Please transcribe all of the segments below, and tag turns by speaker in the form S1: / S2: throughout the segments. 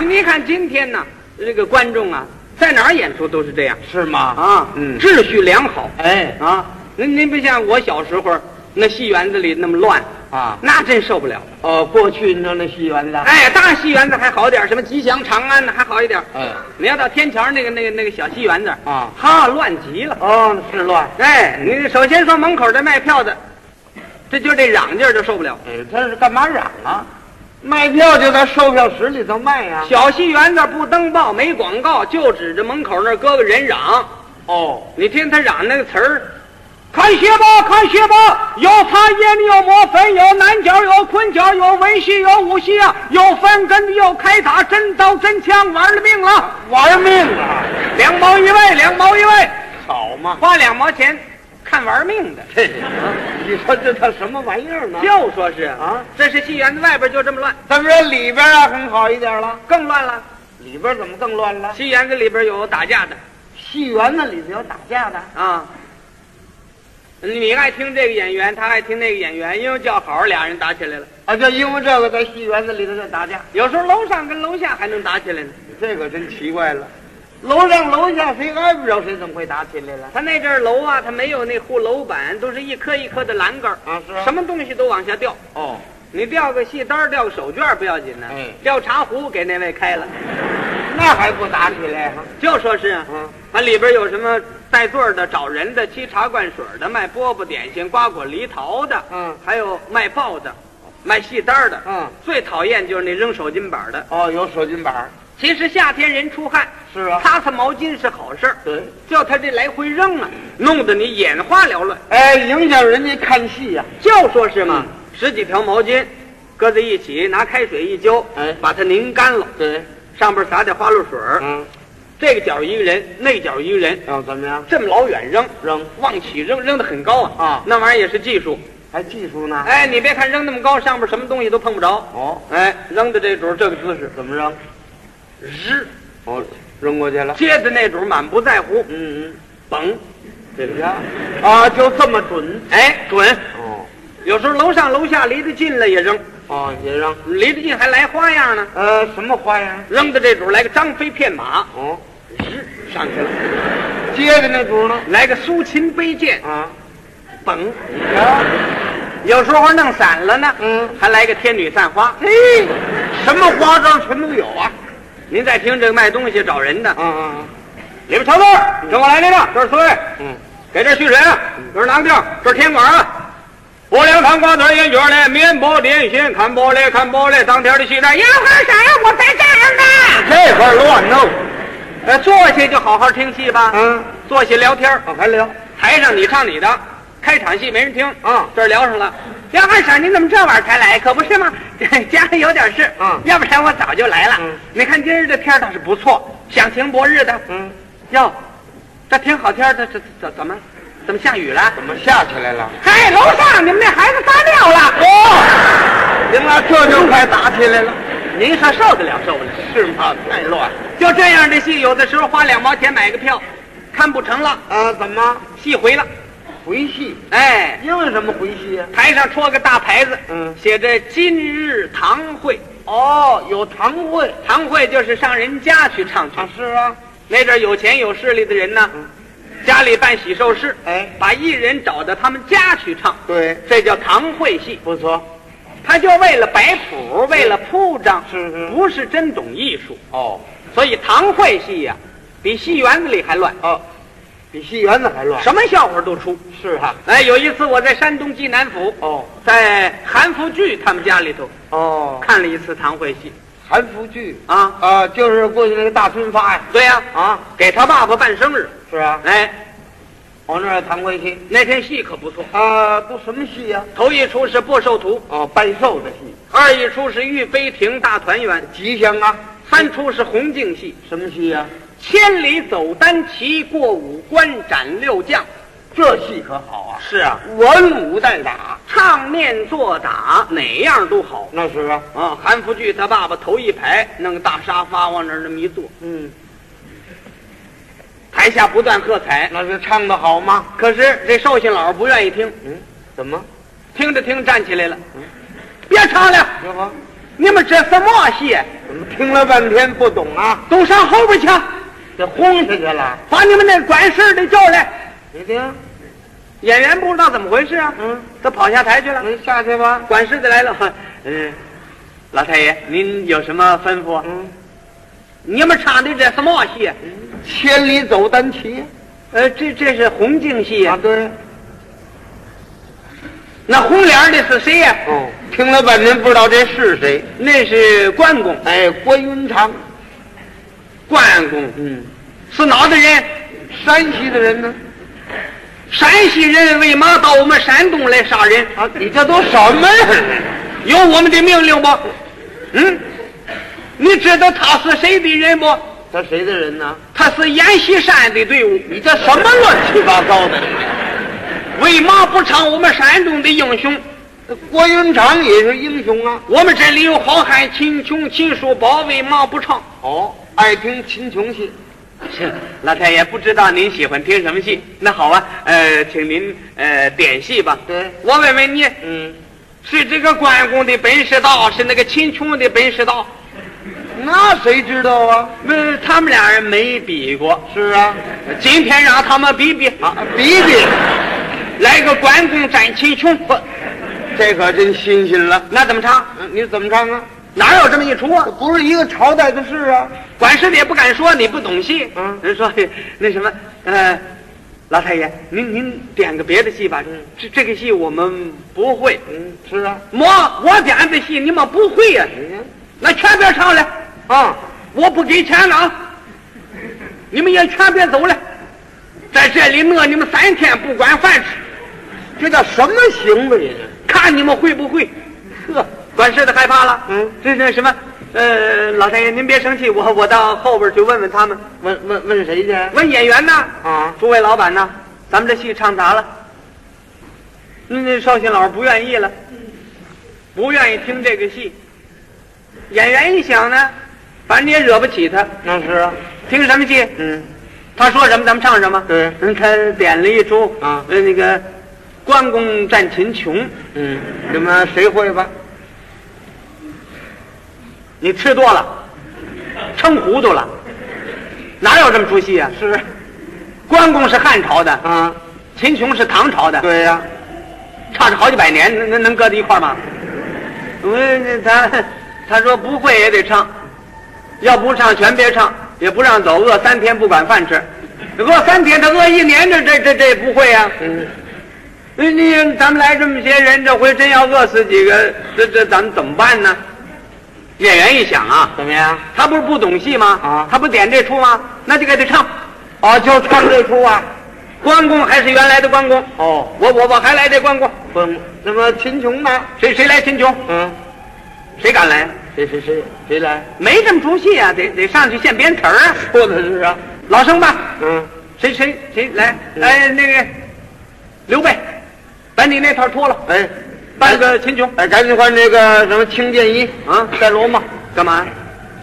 S1: 你看今天呢，这个观众啊，在哪儿演出都是这样
S2: 是吗？
S1: 啊，
S2: 嗯，
S1: 秩序良好
S2: 哎
S1: 啊。您您不像我小时候儿那戏园子里那么乱，
S2: 啊，
S1: 那真受不了。
S2: 哦，过去那那戏园子，
S1: 哎，大戏园子还好点儿，什么吉祥、长安的还好一点儿。
S2: 嗯，
S1: 你要到天桥那个那个那个小戏园子儿
S2: 啊
S1: 哈，乱极了。
S2: 哦，是乱，
S1: 哎，你首先说门口这卖票的，这就这嚷劲儿就受不了。
S2: 哎，他是干嘛嚷啊？卖票就在售票室里头卖啊呀、
S1: 小戏园子不登报，没广告，就指着门口那儿搁个人嚷。
S2: 哦，
S1: 你听他嚷那个词儿，看鞋吧，看鞋吧，有擦烟的，有抹粉，有南角，有昆角，有文戏，有武戏啊，有翻跟的，有开打，真刀真枪，玩了命了，
S2: 玩命啊！
S1: 两毛一位，两毛一位，
S2: 好嘛，
S1: 花两毛钱看玩命的，
S2: 嘿，你说这他什么玩意儿呢？
S1: 就说是
S2: 啊，
S1: 这是戏园子外边就这么乱，
S2: 怎么说里边啊很好一点了？
S1: 更乱了。
S2: 里边怎么更乱了？
S1: 戏园子里边有打架的
S2: 戏园子里头有打架的，
S1: 啊。你爱听这个演员，他爱听那个演员，因为叫好，俩人打起来了。
S2: 啊，就因为这个在戏园子里头就打架，
S1: 有时候楼上跟楼下还能打起来呢。
S2: 这可真奇怪了。楼上楼下谁挨不着谁，怎么会打起来了？
S1: 他那阵儿楼啊，他没有那护楼板，都是一颗一颗的栏杆儿
S2: 啊是啊
S1: 什么东西都往下掉。
S2: 哦，
S1: 你掉个戏单儿，掉个手绢儿不要紧呢、
S2: 哎
S1: 掉茶壶给那位开了，
S2: 那还不打起来啊？
S1: 就说是啊，
S2: 嗯
S1: 它里边有什么带座儿的、找人的、沏茶灌水的、卖饽饽点心、瓜果梨桃的，
S2: 嗯
S1: 还有卖报的、卖戏单儿的，
S2: 嗯，
S1: 最讨厌就是那扔手巾板儿的。
S2: 哦，有手巾板儿。
S1: 其实夏天人出汗，
S2: 是啊
S1: 擦擦毛巾是好事儿，
S2: 对。
S1: 就他这来回扔啊，弄得你眼花缭乱。
S2: 哎，影响人家看戏呀、
S1: 就说是嘛，
S2: 嗯
S1: 十几条毛巾搁在一起，拿开水一浇，
S2: 哎
S1: 把它拧干了，
S2: 对，
S1: 上边撒点花露水儿
S2: 嗯，
S1: 这个角一个人，那个角一个人，
S2: 然后怎么样？
S1: 这么老远扔，
S2: 扔
S1: 往起扔，扔得很高啊！
S2: 啊
S1: 那玩意儿也是技术。
S2: 还技术呢？
S1: 哎，你别看扔那么高，上边什么东西都碰不着。
S2: 哦，
S1: 哎，扔的这主儿这个姿势，
S2: 怎么扔？
S1: 日
S2: 哦，扔过去了。
S1: 接的那主儿满不在乎，
S2: 嗯嗯，
S1: 嘣，
S2: 怎么样？啊，就这么准。
S1: 哎，准。
S2: 哦
S1: 有时候楼上楼下离得近了也扔，
S2: 哦，也扔。
S1: 离得近还来花样呢。
S2: 呃，什么花样？
S1: 扔的这主儿来个张飞骗马，
S2: 哦，
S1: 日上去了。
S2: 接着那主呢？
S1: 来个苏秦背剑，
S2: 啊，
S1: 甭，
S2: 啊，
S1: 有时候弄散了呢，
S2: 嗯
S1: 还来个天女散花。
S2: 嘿，什么花招全都有啊。
S1: 您再听这个卖东西找人的，
S2: 啊啊，
S1: 里边瞧字儿，跟我来这个，这是四位，
S2: 嗯，
S1: 给这蓄水啊，这是囊定，这是天管啊。薄凉糖瓜子儿烟卷儿嘞，面包点心，看包嘞，看包嘞，当天的戏单，要花啥呀？啊我在这儿呢。
S2: 这块乱弄。
S1: 呃，坐下就好好听戏吧。
S2: 嗯，
S1: 坐下聊天儿，
S2: 哦，还聊。
S1: 台上你唱你的，开场戏没人听
S2: 嗯
S1: 这儿聊上了。杨二婶，你怎么这晚儿才来？可不是吗？ 家里有点事，
S2: 嗯
S1: 要不然我早就来了。
S2: 嗯
S1: 你看今儿这天儿倒是不错，响晴博日的。
S2: 嗯，
S1: 哟，这挺好天儿，这这怎怎么怎么下雨了？
S2: 怎么下起来了？
S1: 嗨，楼上你们那孩子撒尿了。
S2: 哦，行了，这就快打起来了。
S1: 您说受得了受不了？
S2: 是吗？太乱了。
S1: 就这样的戏，有的时候花两毛钱买个票，看不成了，
S2: 啊，怎么
S1: 戏回了。
S2: 回戏？
S1: 哎，
S2: 因为什么回戏啊呀、
S1: 台上戳个大牌子，
S2: 嗯
S1: 写着“今日堂会”。
S2: 哦，有堂会
S1: 堂会就是上人家去唱去。
S2: 啊，是啊，
S1: 那阵儿有钱有势力的人呢，家里办喜寿事，
S2: 嗯哎
S1: 把艺人找到他们家去唱，
S2: 对，
S1: 这叫堂会戏。
S2: 不错。
S1: 他就为了摆谱，为了铺张，
S2: 嗯是是
S1: 不是真懂艺术。
S2: 哦
S1: 所以堂会戏呀、比戏园子里还乱，
S2: 哦，啊比戏园子还乱。
S1: 什么笑话都出。
S2: 嗯是啊。
S1: 哎，有一次我在山东济南府，
S2: 哦
S1: 在韩福聚他们家里头
S2: 哦，
S1: 看了一次堂会戏
S2: 韩福剧
S1: 啊。
S2: 啊，就是过去那个大春发呀。
S1: 对呀、
S2: 啊，
S1: 给他爸爸办生日，
S2: 是啊，
S1: 哎，
S2: 往那儿堂会戏
S1: 那天戏可不错。
S2: 啊，都什么戏呀、
S1: 头一出是《不寿图》，
S2: 哦，拜寿的戏，
S1: 二一出是《玉飞亭大团圆》，
S2: 吉祥啊。
S1: 三出是红净戏，
S2: 什么戏呀、
S1: 千里走单骑，过五关斩六将。
S2: 这戏可好啊，
S1: 是啊，
S2: 文武带打。
S1: 唱念做打哪样都好
S2: 那是啊。
S1: 啊。韩福聚他爸爸头一排弄个大沙发往那儿那么一坐，
S2: 嗯，
S1: 台下不断喝彩。
S2: 那是唱的好吗？
S1: 可是这寿星老不愿意听，
S2: 嗯，怎么？
S1: 嗯听着听着站起来了，别唱了，
S2: 这不，
S1: 你们这什么戏？
S2: 怎么听了半天不懂啊？
S1: 都上后边去，
S2: 给轰下去了。
S1: 把你们那管事儿的叫来。
S2: 你听，
S1: 演员不知道怎么回事啊，
S2: 嗯，
S1: 都跑下台去了。
S2: 您下去吧。
S1: 管事的来了，嗯，老太爷，您有什么吩咐？啊
S2: 嗯，
S1: 你们唱的这什么戏？啊
S2: 千里走单骑
S1: 呃，这这是红净戏
S2: 啊，对。
S1: 那红脸儿的是谁呀、
S2: 哦，听了半天不知道这是谁。
S1: 那是关公，
S2: 哎，关云长，
S1: 关公
S2: 嗯，
S1: 是哪的人？
S2: 山西的人呢？
S1: 陕西人为嘛到我们山东来杀人？
S2: 啊，你这都什么人？啊
S1: 有我们的命令不？嗯，你知道他是谁的人不？
S2: 他谁的人呢？
S1: 他是阎锡山的队伍，
S2: 你这什么乱七八糟的？
S1: 为嘛不唱我们山东的英雄？
S2: 郭云长也是英雄啊！
S1: 我们这里有好汉秦琼、秦叔宝，为嘛不唱？
S2: 哦，爱听秦琼戏，
S1: 是老太爷，不知道您喜欢听什么戏？那好啊，呃，请您呃点戏吧。
S2: 对
S1: 我问问你，
S2: 嗯，
S1: 是这个关公的本事大，是那个秦琼的本事大？
S2: 那谁知道啊？
S1: 呃，他们俩人没比过，
S2: 是啊，
S1: 今天让他们比比啊，
S2: 啊，比比，
S1: 来个关公战秦琼，不，
S2: 这可真新鲜了。
S1: 那怎么唱？
S2: 嗯，你怎么唱啊？
S1: 哪有这么一出啊？
S2: 不是一个朝代的事啊。
S1: 管事的也不敢说你不懂戏，
S2: 嗯
S1: 人 说嘿那什么，呃，老太爷，您您点个别的戏吧，嗯这这个戏我们不会，
S2: 嗯，是啊。
S1: 我我点的戏你们不会呀、
S2: 你看，
S1: 那全别唱了啊！我不给钱了啊！你们也全别走了，在这里饿你们三天不管饭吃，
S2: 这叫什么啊行为呀？
S1: 看你们会不会。
S2: 呵，
S1: 管事的害怕了，
S2: 嗯，
S1: 这这什么？呃，老太爷您别生气，我我到后边去问问他们，
S2: 问问问谁去？
S1: 问演员呢？
S2: 啊，
S1: 诸位老板呢？咱们这戏唱砸了，那那绍兴老师不愿意了，不愿意听这个戏。演员一想呢，反正你也惹不起他，
S2: 那是啊。
S1: 听什么戏？
S2: 嗯，
S1: 他说什么咱们唱什么。
S2: 对
S1: 嗯，他点了一出
S2: 啊
S1: 呃，那个关公战秦琼，
S2: 嗯，你们谁会吧？
S1: 你吃多了，撑糊涂了，哪有这么出戏啊？
S2: 是
S1: 关公是汉朝的，
S2: 啊，
S1: 秦琼是唐朝的，
S2: 对呀、
S1: 差着好几百年，能能能搁在一块儿吗？我那他他说不会也得唱，要不唱全别唱，也不让走，饿三天不管饭吃，饿三天他饿一年，这这这这不会呀、
S2: 嗯，
S1: 那你咱们来这么些人，这回真要饿死几个，这这咱们怎么办呢？演员一想啊，
S2: 怎么样？
S1: 他不是不懂戏吗？
S2: 啊
S1: 他不点这出吗？那就给他唱。
S2: 哦，就唱这出啊。
S1: 关公还是原来的关公，
S2: 哦，
S1: 我我我还来这关公，
S2: 不，那么秦琼呢？
S1: 谁谁来秦琼？
S2: 嗯，
S1: 谁敢来？
S2: 谁谁谁谁来？
S1: 没这么出戏啊，得得上去现编词儿啊。
S2: 说的是啊。
S1: 老生吧，
S2: 嗯，
S1: 谁谁谁来？
S2: 嗯
S1: 哎，那个刘备，把你那套脱了，
S2: 哎，
S1: 扮个秦琼
S2: 哎，赶紧换这个什么青箭衣，
S1: 啊？
S2: 带罗帽。
S1: 干嘛？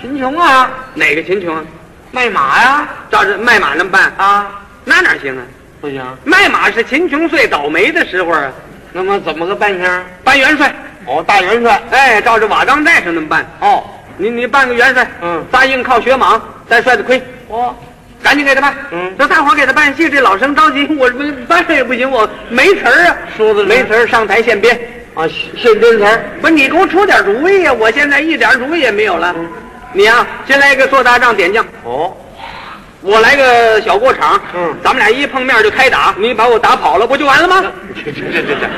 S2: 秦琼啊，
S1: 哪个秦琼啊？
S2: 卖马呀、
S1: 照着卖马那么办
S2: 啊？，
S1: 那哪行啊？
S2: 不行。
S1: 卖马是秦琼最倒霉的时候啊，
S2: 那么怎么个扮相？
S1: 扮元帅，
S2: 哦，大元帅。
S1: 哎，照着瓦岗寨上那么办。
S2: 哦，
S1: 你你扮个元帅，
S2: 嗯
S1: 扎硬靠学蟒，带帅子盔，
S2: 哦，
S1: 赶紧给他办。
S2: 嗯
S1: 这大伙儿给他办戏，这老生着急，我不办也不行，我没词儿啊，
S2: 说的是
S1: 没词儿，上台现编。
S2: 啊，现现真词儿。
S1: 不是你给我出点主意呀、我现在一点主意也没有了。
S2: 嗯
S1: 你呀、先来一个做大仗点将，
S2: 哦，
S1: 我来个小过场，
S2: 嗯
S1: 咱们俩一碰面就开打，你把我打跑了不就完了吗？
S2: 这这这这这，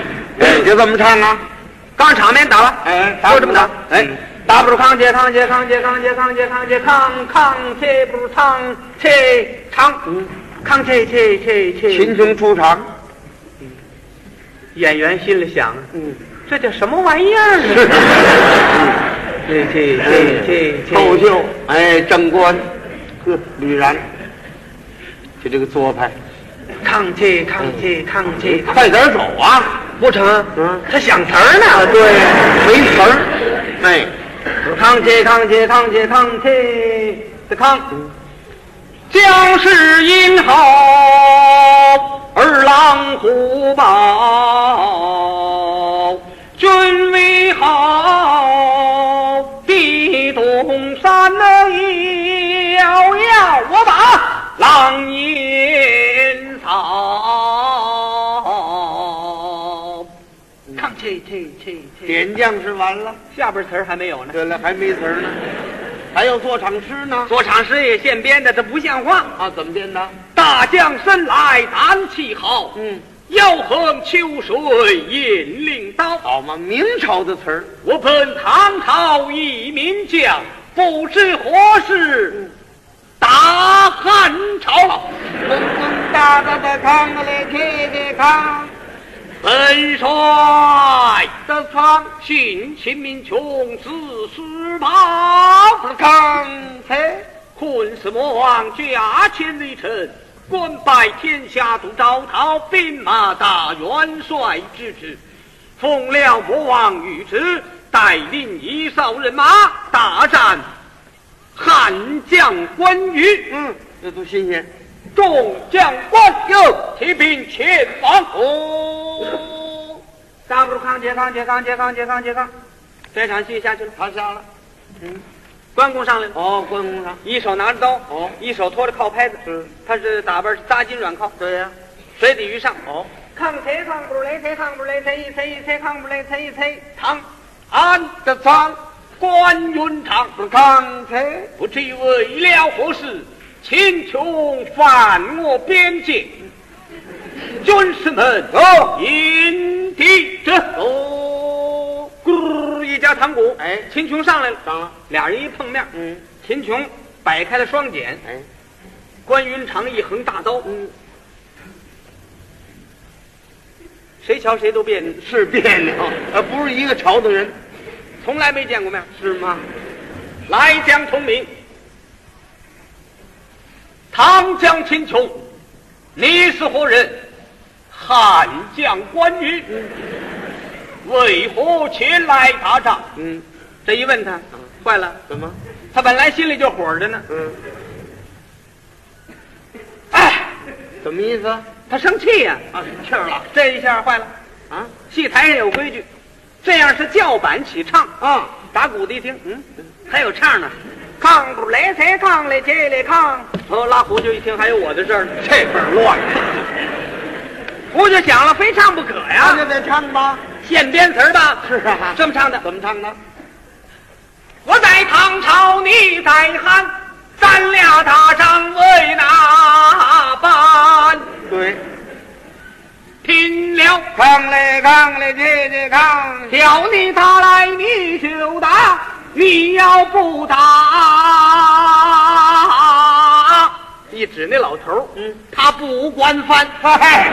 S2: 哎就这么唱啊？
S1: 刚场面打了，
S2: 哎打
S1: 就这
S2: 不
S1: 么打
S2: 住，
S1: 哎
S2: 嗯，
S1: 打不住康切康切康切康切康切康切康康切不住康切长，
S2: 嗯
S1: 康切切切切
S2: 秦。琼出 场。
S1: 演员心里想，
S2: 嗯，
S1: 这叫什么玩意儿啊？ 切切
S2: 哎
S1: 切切切，
S2: 透嗯秀，哎，正官，呵，吕然，就这个做派，
S1: 康切康切康切。
S2: 嗯快点走啊！
S1: 不成，
S2: 嗯
S1: 他想词儿呢。对，
S2: 没词儿，哎，
S1: 康切康切康切康切的康，将士因吼而狼虎豹，君为好上阴曹。唱这这这这，
S2: 点将是完了，
S1: 下边词儿还没有呢。
S2: 对了，还没词儿呢，还要做场诗呢。
S1: 做场诗也现编的，这不像话。
S2: 啊，怎么编的？
S1: 大将身来胆气豪，
S2: 嗯，
S1: 腰横秋水引领刀。
S2: 好嘛，明朝的词儿，
S1: 我本唐朝一名将，不知何事打汉朝。
S2: 咚咚哒哒哒，康个嘞，开开康
S1: 本帅
S2: 的仓，
S1: 性情民穷，自私暴，
S2: 刚才
S1: 困死魔王，驾千里尘。官拜天下都招讨，兵马大元帅之职，奉了魔王谕旨，带领一哨人马大战汉将关羽。
S2: 嗯，这都新鲜。
S1: 众将官有提兵前往。哦，大不康杰康杰康杰康杰康杰康，这场戏下去了。
S2: 他下了。
S1: 关公上来了，
S2: 哦，关公上。
S1: 一手拿着刀，
S2: 哦
S1: 一手托着靠拍子，
S2: 是。
S1: 他是打扮是扎金软靠，
S2: 对呀、
S1: 水底鱼上。
S2: 哦，
S1: 抗谁抗不来谁抗不来谁一谁一谁抗不来谁一谁唐安的仓关云长
S2: 刚才
S1: 不知为了何事，秦琼犯我边界，军士们
S2: 哦，
S1: 引敌者哦，咕噜一夹堂鼓，
S2: 哎
S1: 秦琼上来了，
S2: 上了。
S1: 俩人一碰面，
S2: 嗯，
S1: 秦琼摆开了双锏，
S2: 哎，
S1: 关云长一横大刀，
S2: 嗯，
S1: 谁瞧谁都别扭，
S2: 是别扭，呃，不是一个朝的人，
S1: 从来没见过面。
S2: 是吗？
S1: 来将同名，唐将秦琼，你是何人？汉将关羽，为何前来打仗？
S2: 嗯，
S1: 这一问他，啊坏了，
S2: 怎么？
S1: 他本来心里就火着呢。
S2: 嗯，
S1: 哎，
S2: 怎么意思？
S1: 他生气呀、
S2: 啊，生气儿了
S1: 这一下坏了。
S2: 啊
S1: 戏台上有规矩，这样是叫板起唱。
S2: 啊！
S1: 打鼓的一听，嗯，还有唱啊呢。抗不来谁抗来这来抗。哦，拉胡就一听还有我的事儿呢，
S2: 这份儿乱，
S1: 胡就想了，非唱不可
S2: 那就
S1: 呀。
S2: 得唱吧。
S1: 现编词儿吧，
S2: 是啊
S1: 这么唱的。
S2: 怎么唱的？
S1: 我在唐朝，你在汉，咱俩打仗为哪般？
S2: 对，
S1: 拼了，
S2: 扛嘞扛嘞，这这扛。
S1: 叫你打来你就打，你要不打，一指那老头儿
S2: 嗯，
S1: 他不管饭。
S2: 嗨，